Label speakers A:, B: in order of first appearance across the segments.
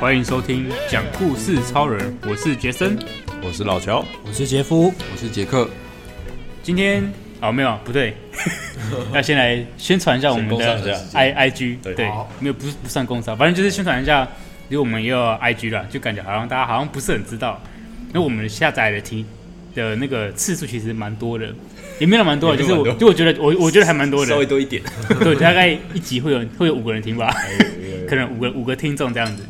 A: 欢迎收听《讲故事超人》，我是杰森。
B: 我是老乔，
C: 我是杰夫，
B: 我是杰克，
A: 今天哦，没有，不对， 要先来宣传一下我们
B: 先工商一
A: 的
B: 下
A: I I G，
B: 对
A: 对
B: 好，
A: 没有不是不算公司啊，反正就是宣传一下，因为我们也有 I G 了，就感觉好像大家好像不是很知道，那我们下载的题的那个次数其实蛮多的，也没有蛮多的，
B: 也
A: 就
B: 没
A: 是
B: 有蛮
A: 我
B: 多
A: 就我觉得我我觉得还蛮多的
B: 稍，微多一 点。
A: 对，大概一集会有会有五个人听吧，可能五个五个听众这样子。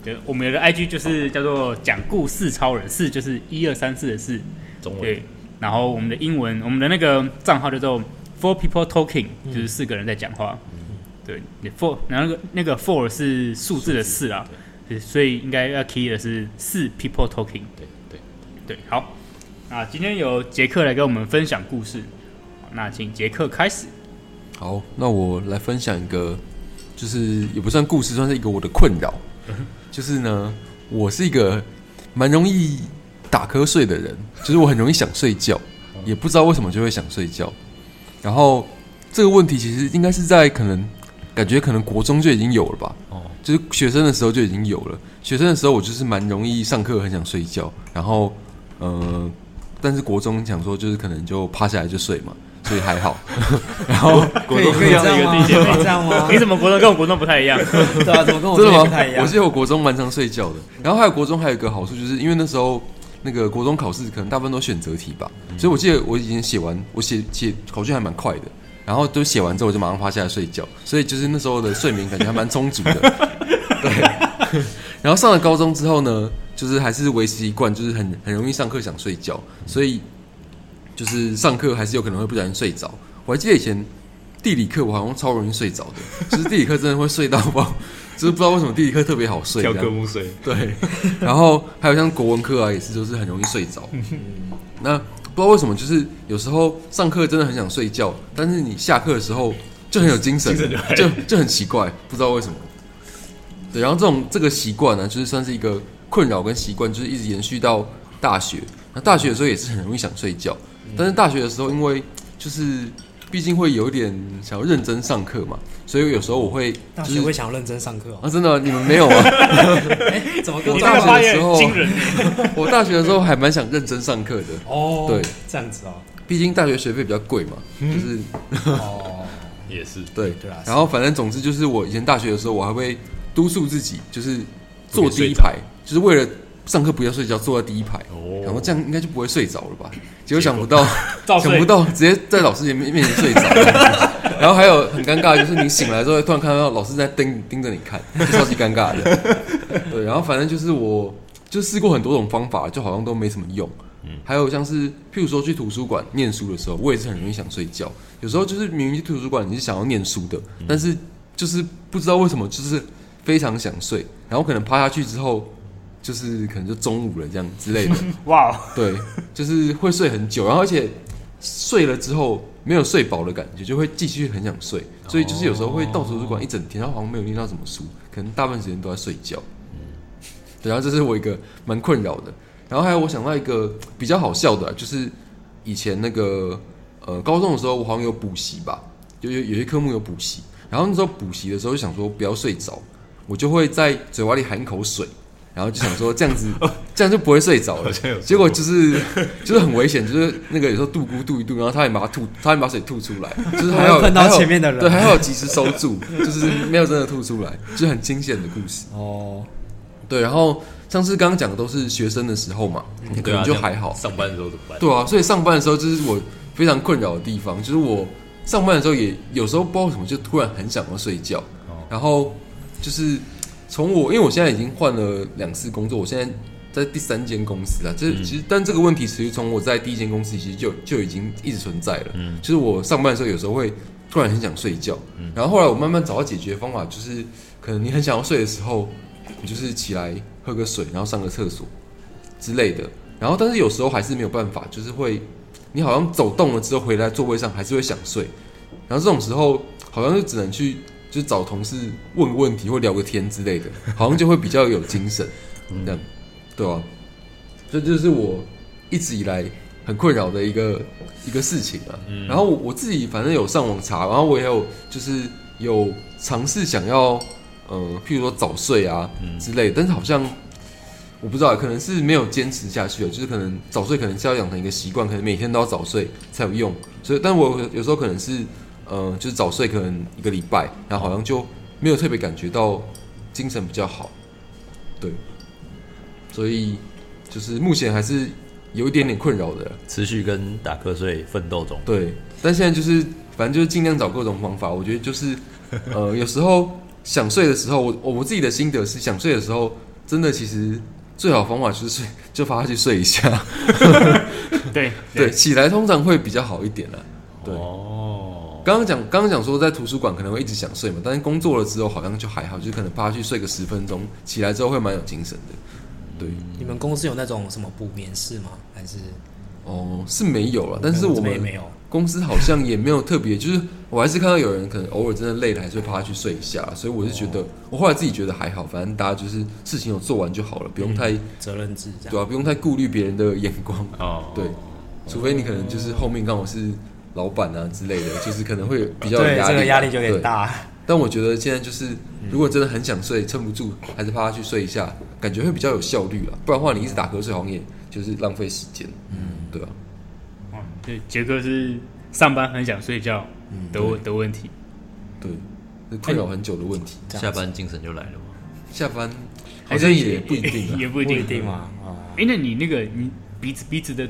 A: 对，我们有的 IG 就是叫做讲故事超人，四就是一二三四的四，
B: 中文
A: 对。然后我们的英文，我们的那个账号叫做 Four People Talking，就是四个人在讲话。对你，four，然后那个那个 four 是数字的四啊，对所以应该要 key 的是四 people talking。
B: 对对，
A: 对，好，那今天由杰克来跟我们分享故事，好那请杰克开始。
D: 好，那我来分享一个，就是也不算故事，算是一个我的困扰。就是呢，我是一个蛮容易打瞌睡的人，就是我很容易想睡觉，也不知道为什么就会想睡觉。然后这个问题其实应该是在可能感觉可能国中就已经有了吧，
B: 哦
D: 就是学生的时候就已经有了。学生的时候我就是蛮容易上课很想睡觉，然后呃，但是国中想说就是可能就趴下来就睡嘛，所以还好。然后
C: 可以可以这样吗？可以这样 吗
A: 你？怎么国中跟我国中不太一样？
C: 对啊，怎么跟我
D: 真的
C: 这边
D: 吗
C: 不太一？样
D: 我记？得我国中蛮常睡觉的。然后还有国中还有一个好处，就是因为那时候那个国中考试可能大部分都选择题吧，
C: 嗯
D: 所以我记得我以前写完，我写写考卷还蛮快的。然后都写完之后，我就马上趴下来睡觉，所以就是那时候的睡眠感觉还蛮充足的。 对。然后上了高中之后呢，就是还是维持一贯，就是很很容易上课想睡觉，所以就是上课还是有可能会不小心睡着。我还记得以前地理课我好像超容易睡着的，就是地理课真的会睡到爆，就是不知道为什么地理课特别好睡。
B: 跳
D: 这样
B: 科目睡，
D: 对，然后还有像国文课啊，也是就是很容易睡着。那不知道为什么，就是有时候上课真的很想睡觉，但是你下课的时候就很有精神，就就很奇怪，不知道为什么。对，然后这种这个习惯呢，就是算是一个困扰跟习惯，就是一直延续到大学。那大学的时候也是很容易想睡觉，但是大学的时候因为就是毕竟会有一点想要认真上课嘛，所以有时候我会
C: 大
D: 就
C: 学
D: 是
C: 会想要认真上课
D: 啊，
C: 哦？
D: 真的你们没有吗？
C: 哎，怎么
D: 我
C: 跟我
A: 你这
D: 大
A: 个
D: 学
A: 发
D: 的
A: 言
D: 时候
A: 很惊人。
D: 我大学的时候还蛮想认真上课的，
C: 哦，
D: 对，
C: 这样子哦，
D: 毕竟大学学费比较贵嘛，就是
C: 哦，
B: 也是
D: 对
C: 对啊
D: 然后反正总之就是我以前大学的时候，我还会督促自己，就是坐第一
B: 不可以
D: 排，就是为了上课不要睡觉，坐在第一排。
B: 哦
D: 然后这样应该就不会睡着了吧？结果想不到，
A: 照睡
D: 想不到直接在老师前面面前睡着。 然后还有很尴尬，就是你醒来之后突然看到老师在盯盯着你看，就超级尴尬的。 对，然后反正就是我就试过很多种方法，就好像都没什么用。还有像是，譬如说去图书馆念书的时候，我也是很容易想睡觉。有时候就是明明去图书馆你是想要念书的，但是就是不知道为什么就是非常想睡，然后可能趴下去之后，就是可能就中午了这样之类的。
A: 哇哦，
D: 对，就是会睡很久，然后而且睡了之后没有睡饱的感觉，就会继续很想睡，所以就是有时候会到图书馆一整天，然后好像没有念到什么书，可能大部分时间都在睡觉。对，然后这是我一个蛮困扰的。然后还有我想到一个比较好笑的啊、就是以前那个呃高中的时候，我好像有补习吧，就有有些科目有补习，然后那时候补习的时候就想说不要睡着，我就会在嘴巴里含一口水。然后就想说 这样子，这样就不会睡着了
B: 像有。
D: 结果就是就是很危险，就是那个有时候度咕度一度，然后他也把它吐，他也把水吐出来，就是还 有
C: 我会碰到
D: 还有
C: 前面的人
D: 对，还有及时收住，就是没有真的吐出来，就是很惊险的故事。
C: 哦，
D: 对，然后上次刚刚讲的都是学生的时候嘛，你可
B: 对啊
D: 能就
B: 这样
D: 还好。
B: 上班的时候怎么办？
D: 对啊，所以上班的时候就是我非常困扰的地方，就是我上班的时候也有时候不知道为什么就突然很想要睡觉，然后就是从我因为我现在已经换了两次工作，我现在在第三间公司啊，这其实但这个问题其实从我在第一间公司其实就就已经一直存在了，嗯，就是我上班的时候有时候会突然很想睡觉，然后后来我慢慢找到解决方法，就是可能你很想要睡的时候，你就是起来喝个水，然后上个厕所，之类的。然后，但是有时候还是没有办法，就是会，你好像走动了之后回来座位上还是会想睡，然后这种时候好像就只能去就找同事问个问题或聊个天之类的，好像就会比较有精神，这样，对吧、啊？这就是我一直以来很困扰的一个一个事情啊。然后我我自己反正有上网查，然后我也有就是有尝试想要呃，譬如说早睡啊之类的，但是好像我不知道，可能是没有坚持下去了，就是可能早睡可能是要养成一个习惯，可能每天都要早睡才有用。所以，但我有有时候可能是，呃，就是早睡可能一个礼拜，然后好像就没有特别感觉到精神比较好，对，所以就是目前还是有一点点困扰的，
B: 持续跟打瞌睡奋斗中。
D: 对。但现在就是反正就是尽量找各种方法，我觉得就是，呃，有时候想睡的时候，我我我自己的心得是，想睡的时候，真的其实最好的方法就是睡，就发他去睡一下。
A: 对
D: 对，起来通常会比较好一点啦。对
B: 哦，
D: 刚刚讲，刚刚讲说在图书馆可能会一直想睡嘛，但是工作了之后好像就还好，就是可能趴下去睡个十分钟，起来之后会蛮有精神的。对，
C: 你们公司有那种什么补眠室吗？还是？
D: 哦，是没有了，但是我
C: 这边也
D: 们
C: 没有。
D: 公司好像也没有特别，就是我还是看到有人可能偶尔真的累了，还是会趴下去睡一下，所以我是觉
C: 哦
D: 得，我后来自己觉得还好，反正大家就是事情有做完就好了，不用太、
C: 责任制这
D: 对
C: 样。
D: 啊，不用太顾虑别人的眼光。
B: 哦，
D: 对，除非你可能就是后面刚好是老板啊之类的，就是可能会比较有
C: 对，
D: 压力，
C: 这个压力就有点
D: 对。
C: 大。
D: 但我觉得现在就是，如果真的很想睡，撑不住，还是趴下去睡一下，感觉会比较有效率啊了。不然的话，你一直打瞌睡，好像也就是浪费时间。嗯，对啊，
A: 哇对，杰克是上班很想睡觉
D: 嗯
A: 的问的问题，
D: 对，这
A: 哎
D: 困扰很久的问题。
C: 这样子
B: 下班精神就来了嘛。
D: 下班好
A: 还
D: 像
A: 是
D: 也不一定啊。
A: 也不一
C: 不
A: 定
C: 一定。嘛。啊，
A: 哎，那你那个你鼻子鼻子的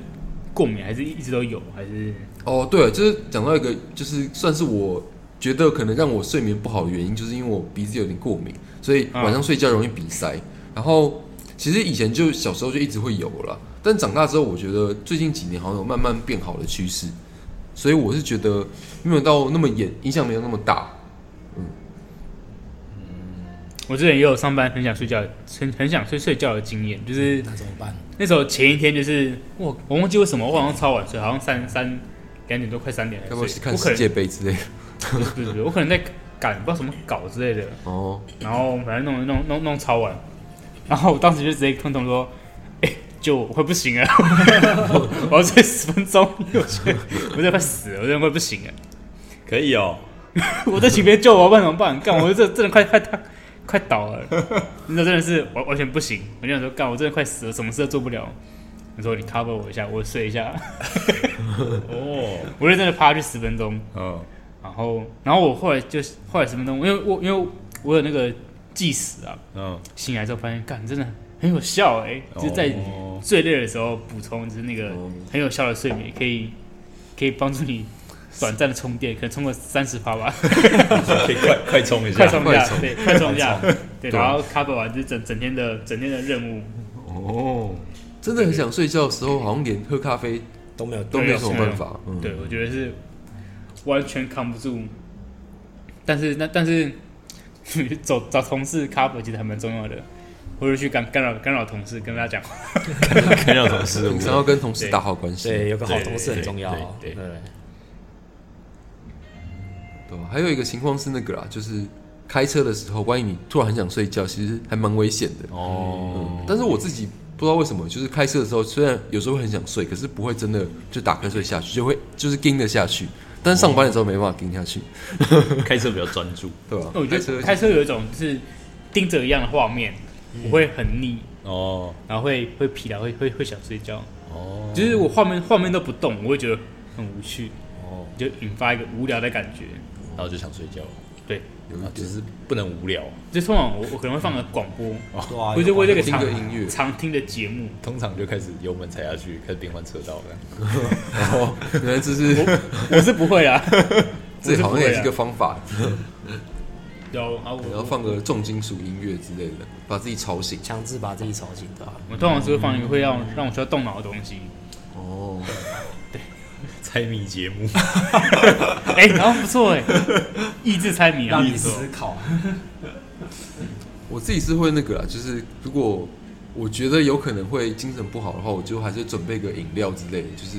A: 过敏还是一直都有，还是
D: 哦，对了，就是讲到一个，就是算是我觉得可能让我睡眠不好的原因，就是因为我鼻子有点过敏，所以
A: 啊
D: 晚上睡觉容易鼻塞。然后其实以前就小时候就一直会有了，但长大之后，我觉得最近几年好像有慢慢变好的趋势，所以我是觉得没有到那么严，影响没有那么大。
A: 我之前也有上班很想睡觉，很很想睡睡觉的经验，就是
C: 那怎么办？
A: 那时候前一天就是我我忘记为什么，我好像超晚睡，好像三三两点多快三点才
D: 要不要
A: 睡
D: 去，看
A: 我可
D: 世
A: 能
D: 界杯之类的？
A: 不是不是不是，我可能在赶不知道什么稿之类的，
D: 哦，
A: 然后反正弄弄弄弄超晚，然后我当时就直接跟同学说， 哎、就我快不行了，我要睡十分钟，因为我觉得我真的快死了，我真的快不行了，
B: 可以哦，
A: 我在请别人救我，我要不然怎么办？干，我这真的快快快快倒了，那真的是完完全不行，我就想说，干，我真的快死了，什么事都做不了。你说你 cover 我一下，我睡一下，
B: 哦，
A: 我就真的趴去十分钟，
B: 嗯，
A: 然后然后我后来就后来十分钟，因为我因为我有那个计时啊，
B: 嗯，
A: 醒来之后发现，干，真的很有效哎、就是在
B: 哦
A: 最累的时候补充，就是那个
D: 哦
A: 很有效的睡眠，可以可以帮助你短暂的充电，可能充个三十趴吧，
B: 可以快快冲一
A: 快
B: 下，
A: 充一下， 对，快充一下，对，
D: 对
A: 然后 cover 完就整整天的整天的任务，
B: 哦，
D: 真的很想睡觉的时候，好像连喝咖啡
C: 都没有
D: 都
A: 对啊
D: 没有什么
A: 是
D: 办法。嗯，
A: 对我觉得是完全扛不住，但是那但是 找找同事 cover 其实还蛮重要的，或者去干干扰干扰同事，跟他讲话，
B: 看到同 事，
D: 平常要跟同事
A: 对
D: 打好关系。
C: 对，有个好同事很重要哦。
B: 对对对
D: 对吧？还有一个情况是那个啦，啊就是开车的时候，万一你突然很想睡觉，其实还蛮危险的。嗯
B: 哦，
D: 但是我自己不知道为什么，就是开车的时候，虽然有时候会很想睡，可是不会真的就打瞌睡下去，就会就是盯得下去。但是上班的时候没办法盯下去，
B: 开车比较专注，
D: 对吧？
A: 哦那我觉
D: 车
A: 得开车有一种就是盯着一样的画面，
D: 嗯
A: 我会很腻。
B: 哦，
A: 然后会会疲劳，会会会想睡觉。
B: 哦，
A: 就是我画面画面都不动，我会觉得很无趣，
B: 哦，
A: 就引发一个无聊的感觉。
B: 然后就想睡觉，
A: 对，
D: 有一
B: 啊，只
D: 点
B: 是不能无聊，
A: 就通常我我可能会放个广播，
C: 对啊，
A: 或者我这个
D: 哦听
A: 常
D: 个音乐
A: 常听的节目。
B: 通常就开始油门踩下去，开始变换车道这样。
D: 哦，原来这是
A: 我是不会啊 啦，我是
D: 这
A: 不
D: 好像
A: 会
D: 也是
A: 啦
D: 一个。方法，
A: 有啊，我
D: 然后放个重金属音乐之类的，把自己吵醒。
C: 强制把自己吵醒的啊。
A: 我通常是会放一个会让让我需要动脑的东 西。
D: 哦，
B: 猜谜节目，
A: 哎，然后不错哎，益智猜谜啊，
C: 让你
A: 不错
C: 思考。
D: 我自己是会那个啦，就是如果我觉得有可能会精神不好的话，我就还是准备个饮料之类的，就是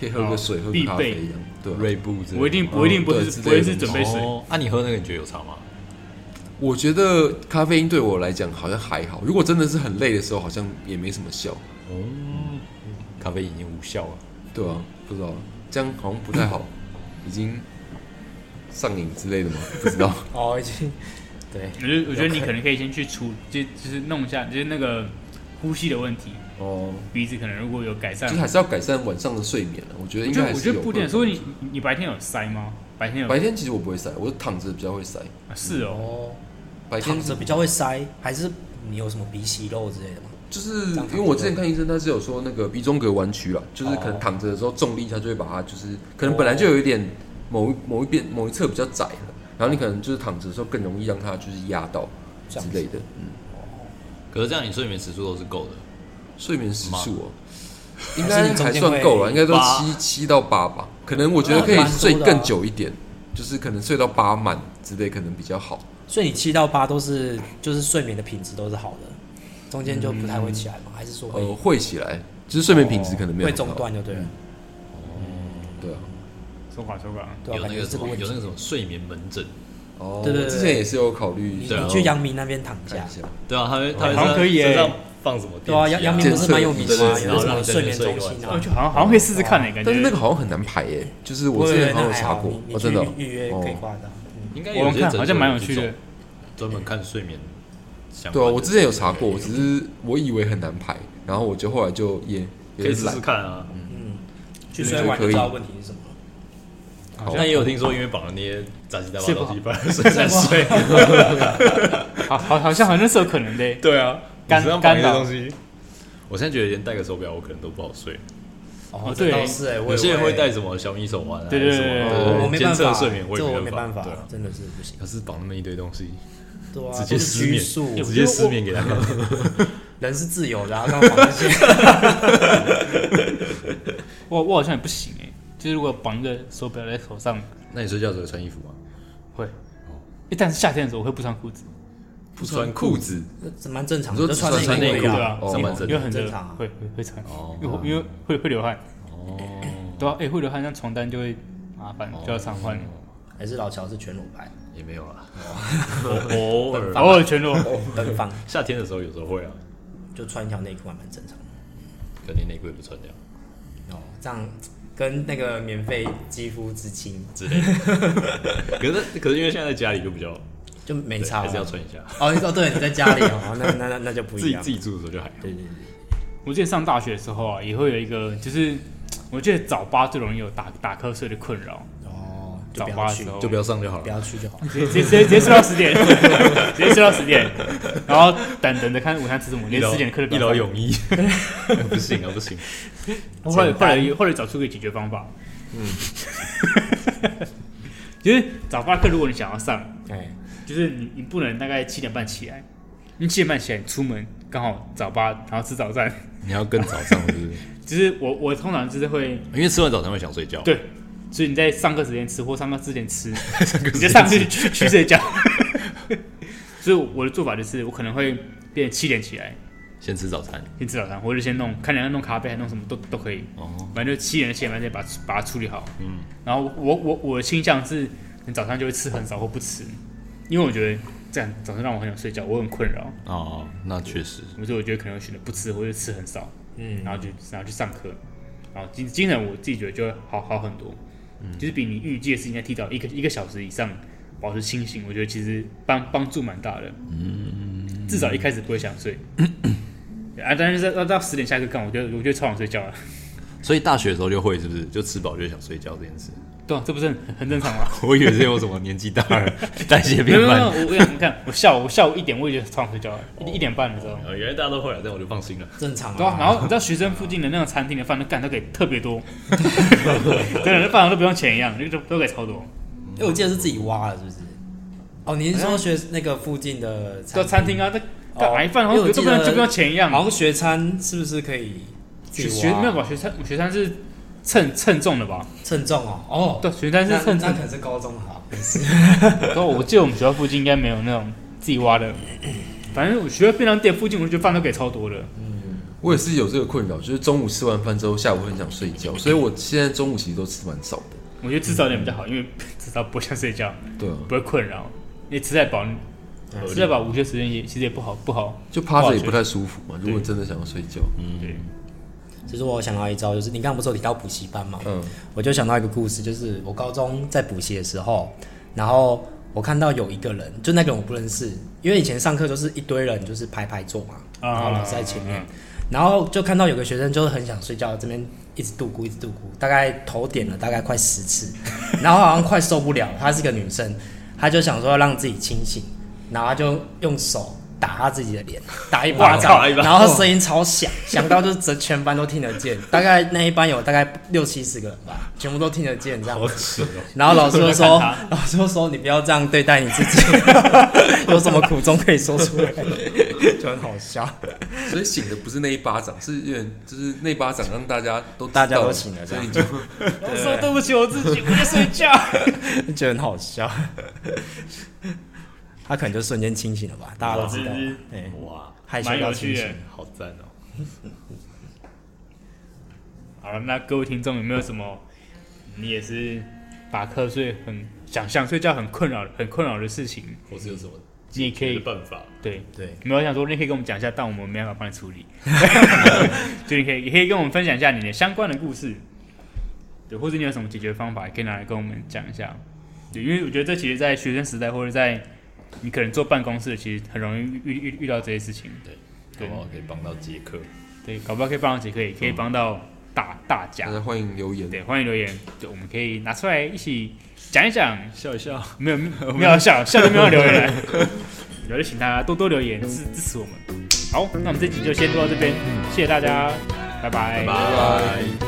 D: 可以喝个水、
A: 哦
D: 喝
A: 必
D: 个咖
A: 备
D: 啡一样。对啊，
B: 锐步之类的，
A: 我一定我一定不
D: 对
A: 是
D: 之类
A: 不
D: 的
A: 会是准备水，
B: 哦，啊，你喝那个你觉得有差吗？
D: 我觉得咖啡因对我来讲好像还好，如果真的是很累的时候，好像也没什么效。
B: 哦，咖啡因已经无效了。
D: 对啊，不知道，这样好像不太好，已经上瘾之 类的吗？不知道，
C: 哦，已经对，
A: 我觉得我觉得你可能可以先去处，就就是弄一下，就是那个呼吸的问题，
D: 哦，
A: 鼻子可能如果有改善
D: 就是，还是要改善晚上的睡眠啊了。我觉得
A: 我
D: 应
A: 觉
D: 该
A: 得
D: 还
A: 我
D: 是
A: 觉
D: 有
A: 得
D: 帮助。
A: 不一定，所以你你白天有塞吗？白天有
D: 白天其实我不会塞，我躺着比较会塞。
A: 啊是哦，
C: 哦，
D: 白天
C: 躺着比较会塞，还是你有什么鼻息肉之类的吗？
D: 就是
C: 这样躺着
D: 因为我之前看医生，他是有说那个鼻中隔弯曲啊，就是可能
C: 哦
D: 躺着的时候重力，它就会把它就是可能本来就有一点某一某一边某一侧比较窄了，然后你可能就是躺着的时候更容易让它就是压到之
C: 这样子
D: 类的。嗯，
B: 可是这样你睡眠时数都是够的，
D: 睡眠时数哦，应
C: 还是
D: 该
C: 你中
D: 还
C: 间
D: 算够了，
C: 会
D: 应该都
B: 八
D: 七七到八吧，可能我觉得可以
C: 那蛮多的
D: 睡
C: 啊
D: 更久一点，就是可能睡到八满之类可能比较好。
C: 所以你七到八都是就是睡眠的品质都是好的，中间就不太会起来嘛？还是说会、哦
D: 呃，会起来，就是睡眠品质可能没有
C: 会
D: 很
C: 中
D: 好。
C: 断就对了，
D: 对啊，
A: 说法说法，
C: 对吧、啊
B: 有
C: 感
B: 那
C: 觉
B: 个
C: 是
B: 什
C: 这个
B: 么
C: 问
B: 有那
C: 题。
B: 个什么睡眠门诊，
D: 哦，
C: 对对对
D: 之前也是有考虑
C: 你
B: 对啊
C: 你去阳明那边躺
D: 看
C: 下
D: 一，下。
B: 对啊，他会他会
A: 好像
B: 在
A: 可以耶
B: 身上放什么电
C: 对啊，
B: 极
C: 阳阳明不是蛮有名的吗？
B: 对对对
C: 有
B: 然
C: 那什
B: 后
C: 么
B: 让
C: 睡眠
B: 你睡
C: 中
B: 一个
C: 心
A: 我
C: 啊
A: 哦就。好像好像可以试试看欸呢，感觉
D: 啊但是那个好像很难排耶，就是我
C: 不会
D: 之前好
C: 那
D: 像有
C: 还
D: 查过
C: 你，你
D: 哦，
C: 去
D: 真的哦
C: 预约可以
D: 哦，
C: 挂的。嗯
B: 应该
A: 我
B: 有些
A: 看
B: 诊所
A: 好像蛮有趣的
B: 这种，专门看睡眠相关的。
D: 对啊，我之前有查过，我只是我以为很难排，然后我就后来就也
B: 可以
D: 也
B: 试
D: 懒
B: 试，看啊。
C: 嗯，去
D: 对
C: 摔
D: 就
C: 碗
D: 可
C: 就
D: 以
C: 知道问题是什么了。
D: 好
B: 那也有听说，因为绑了那些杂七杂八
A: 睡
B: 的
A: 不好
B: 东西，反而睡在睡。
A: 好好好像好像是有可能 的，欸
B: 对啊，
A: 干
B: 你身上绑一些
A: 干扰
B: 东西。我现在觉得连戴个手表，我可能都不好睡。
A: 哦
C: 这
A: 对
C: 倒是哎，我
B: 有些人
C: 也呃
B: 会戴，什么小米手环啊，
A: 对对
B: 还是什么
A: 对对
C: 我我没
B: 监
C: 办
B: 测
C: 法，
B: 睡眠，
C: 这我
B: 也
C: 没办法
B: 对啊，
C: 真的是不行。
B: 可是绑那么一堆东西，
C: 对啊，
B: 直接
C: 都是
B: 失眠
C: 拘束
A: 有
B: 直接失眠给 他看。
C: 人是自由的啊，然后干嘛这些？
A: 我我好像也不行哎，就是如果绑一个手表在手上
B: 那你睡觉的时候穿衣服吗？
A: 会，诶哦但是夏天的时候我会不穿裤子，
D: 不穿裤子，
C: 这蛮正常的，
D: 你
C: 就
D: 说
C: 穿
D: 只穿
C: 内
D: 内
C: 裤
D: 裤
A: 对
C: 啊。
A: 啊，
D: 哦
A: 因为
B: 上半身
A: 因为很热
C: 正常啊
A: 会会会穿，
B: 哦
A: 因为我因为会会流汗，对啊，哎会流汗，那床单就会麻烦，
B: 哦
C: 哦
A: 就要常换。
C: 还是老乔是全裸派，
B: 也没有啦，
C: 哦
B: 偶偶尔
A: 偶尔全裸，
C: 奔放
B: 夏天的时候有时候会啊，
C: 就穿一条内裤还蛮正常的。
B: 可能内裤也不穿掉
C: 哦，这样跟那个免费肌肤之亲
B: 之类的。可是可是因为现在在家里就比较，
C: 就没
B: 对
C: 差
B: 还是要
C: 了。
B: 穿一下。
C: 哦，你说对，你在家里 哦，那那那那就不
B: 自
C: 一
B: 己
C: 样
B: 自。己住的时候就还好。
C: 对对对，
A: 我之前上大学的时候啊，也会有一个，就是我记得早八最容易有打打瞌睡的困扰，
C: 哦，就
A: 早
C: 不
A: 八
C: 要
A: 的
C: 去
A: 时，候啊
B: 就不要上就好
C: 不
B: 了。
C: 要去就好。
A: 直接直接直接直接睡到十点， 直接睡到十点，然后等等着看午餐吃什么，连十点的课都不
B: 一
A: 要
B: 劳
A: 上。
B: 永逸， 不行啊，不行！
A: 后来后来后来找出一个解决方法，嗯， 就是早八课如果你想要上，
C: 哎，
A: 就是你你不能大概七点半起来，你七点半起来你出门刚好早八，然后吃早餐，
B: 你要更早上，是不是？
A: 就是我我通常就是会
B: 因为吃完早餐会想睡觉。
A: 对。所以你在上课时间吃或上课之前吃，
B: 对
A: 直接上去去去睡觉。所以我的做法就是，我可能会变七点起来，
B: 先吃早餐。
A: 先吃早餐，或者先弄，看人家弄咖啡，还弄什么都都可以，
B: 哦，
A: 反正就七点七点半再把它把它处理好。
B: 嗯，
A: 然后我我我的倾向是，你早上就会吃很少或不吃，因为我觉得这样早上让我很想睡觉，我很困扰，
B: 哦，那确实，
A: 所以我觉得可能会选择不吃或者吃很少，
C: 嗯，
A: 然后就然后去上课，然后精精神我自己觉得就会好好很多，就是比你预计的时间提早一个一个小时以上保持清醒，我觉得其实帮帮助蛮大的，至少一开始不会想睡。 对啊，但是到到十点下课干，我觉得我觉得超想睡觉了。
B: 所以大学的时候就会，是不是？就吃饱就想睡觉这件事。
A: 对啊，这不是很很正常吗？
B: 我以为是有什么年纪大了代谢
A: 没
B: 变
A: 有没有，没有 我
B: 慢。
A: 我想你看，我下午我下午一点我也觉得超想睡觉了，一一点半的时候。
B: 哦，原来大家都会了，这样我就放心了。
C: 正常
A: 对啊，然
C: 啊。
A: 后你知道学生附近的那种餐厅的饭都干都给特别 多，真的那饭都不用钱一样，就都给超多。
C: 因为哎我记得是自己挖的，是不是？哦，你是说学那个附近的
A: 到
C: 餐
A: 餐
C: 厅
A: 厅哎啊，这干嘛一饭，
C: 哦
A: 好
C: 因
A: 像就
C: 为我记
A: 不
C: 得
A: 能就不用钱一样。
C: 好像啊学餐是不是可以自
A: 学
C: 己
A: 学
C: 挖
A: 没有吧？学餐学餐是称称重的吧？
C: 称重哦？哦，
A: 对，学餐是
C: 那
A: 称
C: 那
A: 重
C: 可。能是高中好，
A: 然后我记得我们学校附近应该没有那种自己 挖的，反正我学校便当店附近，我就觉得饭都给超多的。
D: 我也是有这个困扰，就是中午吃完饭之后，下午很想睡觉，所以我现在中午其实都吃蛮少的。
A: 我觉得吃早点比较好，因为至少不会想睡觉，
D: 对啊，
A: 不会困扰。你吃太饱，你吃太饱午休时间也其实也不好不好。
C: 嗯
D: 就趴着也不太舒服嘛。如果真的想要睡觉，
A: 对，
C: 就是我想到一招，就是你刚刚不是有提到补习班嘛，
D: 嗯
C: 我就想到一个故事，就是我高中在补习的时候，然后我看到有一个人，就那个人我不认识，因为以前上课就是一堆人就是排排坐嘛，
A: 啊
C: 然后老师在前面，然后就看到有个学生就是很想睡觉，这边一直度咕一直度咕，大概头点了大概快十次， 然后好像快受不了，她是个女生，她就想说要让自己清醒，然后她就用手。打她自己的脸，打一巴掌，
B: 哇靠
C: 然后声音超响，响到就是整全班都听得见。大概那一班有大概六七十个人吧，全部都听得见这样。
B: 扯哦！
C: 然后老师就说
A: 我在看：“
C: 老师就说你不要这样对待你自己，有什么苦衷可以说出来。”就很好笑，
D: 所以醒的不是那一巴掌，是有点就是那一巴掌让大家都知道
C: 大家都醒了这
D: 所
C: 样
D: 以你就
A: 我说对不起我自己，我在睡觉。
C: 觉得很好笑。他可能就瞬间清醒了吧，大家都知道
A: 哇。
C: 哎，
B: 哇，
C: 害羞
A: 蛮
C: 到
A: 有
C: 清
A: 趣
C: 醒
A: 的。。
B: 好赞哦！
A: 好了，那各位听众有没有什么你也是把瞌睡很想想睡觉很困扰很困扰的事情？
B: 我是有什么
A: 你也可
B: 别
A: 以
B: 的办法？
A: 对，
C: 对，
A: 没有想说你可以跟我们讲一下，但我们没办法帮你处 理。就你可以也可以跟我们分享一下你的相关的故事，对，或者你有什么解决方法，也可以拿来跟我们讲一下。对，因为我觉得这其实，在学生时代或者在你可能坐办公室，其实很容易遇遇遇到这些事情。
B: 对，我可以帮到杰克。
A: 对，搞不好可以帮到杰克，也可以帮到大、大家
D: 大。家欢迎留言。
A: 对，欢迎留言，就我们可以拿出来一起讲一讲。
B: 笑一笑，
A: 没有没有没有笑，笑都没有留言 来，然后就请大家多多留言支支持我们。好，那我们这集就先录到这边，谢谢大家，拜拜
B: 拜拜。